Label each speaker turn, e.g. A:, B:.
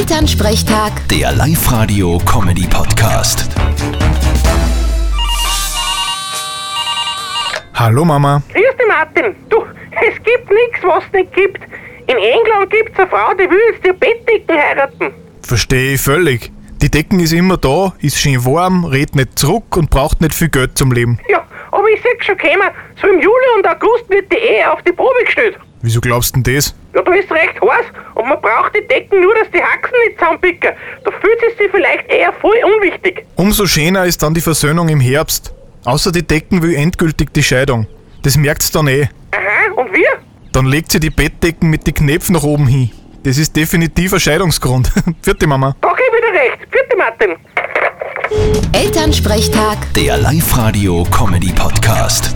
A: Elternsprechtag,
B: Der Live-Radio-Comedy-Podcast.
C: Hallo Mama.
D: Grüß dich, Martin. Du, es gibt nichts, was es nicht gibt. In England gibt's eine Frau, die will jetzt die Bettdecken heiraten.
C: Verstehe ich völlig. Die Decken ist immer da, ist schön warm, redet nicht zurück und braucht nicht viel Geld zum Leben.
D: Ja, aber ich seh's schon kommen, so im Juli und August wird die Ehe auf die Probe gestellt.
C: Wieso glaubst denn das?
D: Ja, da ist recht heiß und man braucht die Decken nur, dass die Haxen nicht zusammenpicken. Da fühlt es sich vielleicht eher voll unwichtig.
C: Umso schöner ist dann die Versöhnung im Herbst. Außer die Decken will endgültig die Scheidung. Das merkt's dann eh.
D: Aha, und wir?
C: Dann legt sie die Bettdecken mit die Knöpfe nach oben hin. Das ist definitiv ein Scheidungsgrund. Vierte Mama.
D: Da geh ich wieder recht. Bitte, Martin.
A: Elternsprechtag.
B: Der Live-Radio-Comedy-Podcast.